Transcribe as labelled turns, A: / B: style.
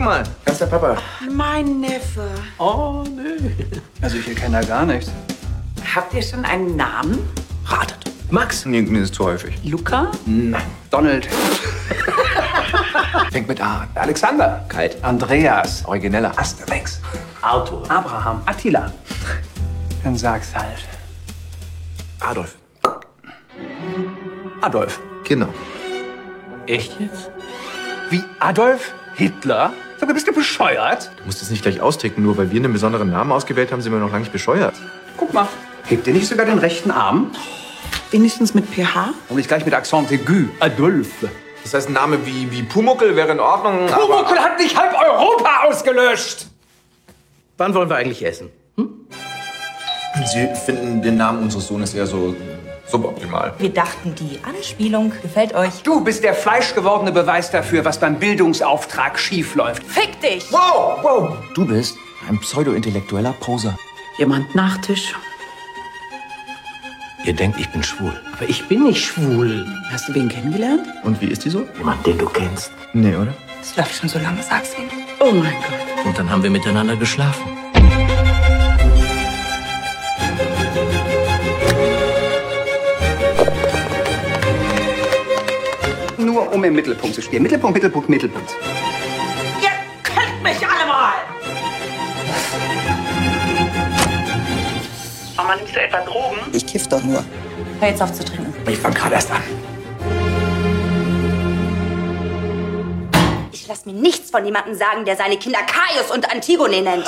A: mal.
B: Das ist der Papa.
C: Mein Neffe.
A: Oh, nee. Also ich erkenne da gar nichts.
C: Habt ihr schon einen Namen?
A: Ratet. Max.
B: Nee, mir ist zu häufig.
C: Luca?
A: Nein. Donald. Fängt mit A an. Alexander. Kalt. Andreas. Origineller. Asterix. Arthur. Abraham. Attila. Dann sag's halt.
B: Adolf.
A: Adolf.
B: Genau.
D: Echt jetzt?
A: Wie Adolf Hitler? Sag mal, bist du bescheuert?
B: Du musst es nicht gleich austicken, nur weil wir einen besonderen Namen ausgewählt haben, sind wir noch lange nicht bescheuert.
A: Guck mal. Hebt ihr nicht sogar den rechten Arm?
C: Wenigstens mit PH?
A: Und nicht gleich mit Accent aigu. Adolf.
B: Das heißt, ein Name wie, wie Pumuckel wäre in Ordnung.
A: Pumuckl Oh, hat nicht halb Europa ausgelöscht.
D: Wann wollen wir eigentlich essen?
B: Sie finden den Namen unseres Sohnes eher so suboptimal.
E: Wir dachten, die Anspielung gefällt euch.
A: Du bist der fleischgewordene Beweis dafür, was beim Bildungsauftrag schiefläuft.
E: Fick dich!
B: Wow, wow.
F: Du bist ein pseudointellektueller Poser.
C: Jemand Nachtisch?
F: Ihr denkt, ich bin schwul.
D: Aber ich bin nicht schwul.
C: Hast du wen kennengelernt?
B: Und wie ist die so?
F: Jemand, den du kennst.
B: Nee, oder?
E: Das läuft schon so lange, sag's ihm.
C: Oh mein Gott.
F: Und dann haben wir miteinander geschlafen.
A: Nur um im Mittelpunkt zu stehen. Mittelpunkt, Mittelpunkt, Mittelpunkt.
C: Ihr könnt mich alle mal!
G: Mama, nimmst du etwa Drogen?
H: Ich kiff doch nur.
E: Hör jetzt auf zu trinken.
A: Ich fang gerade erst an.
I: Ich lasse mir nichts von jemandem sagen, der seine Kinder Caius und Antigone nennt.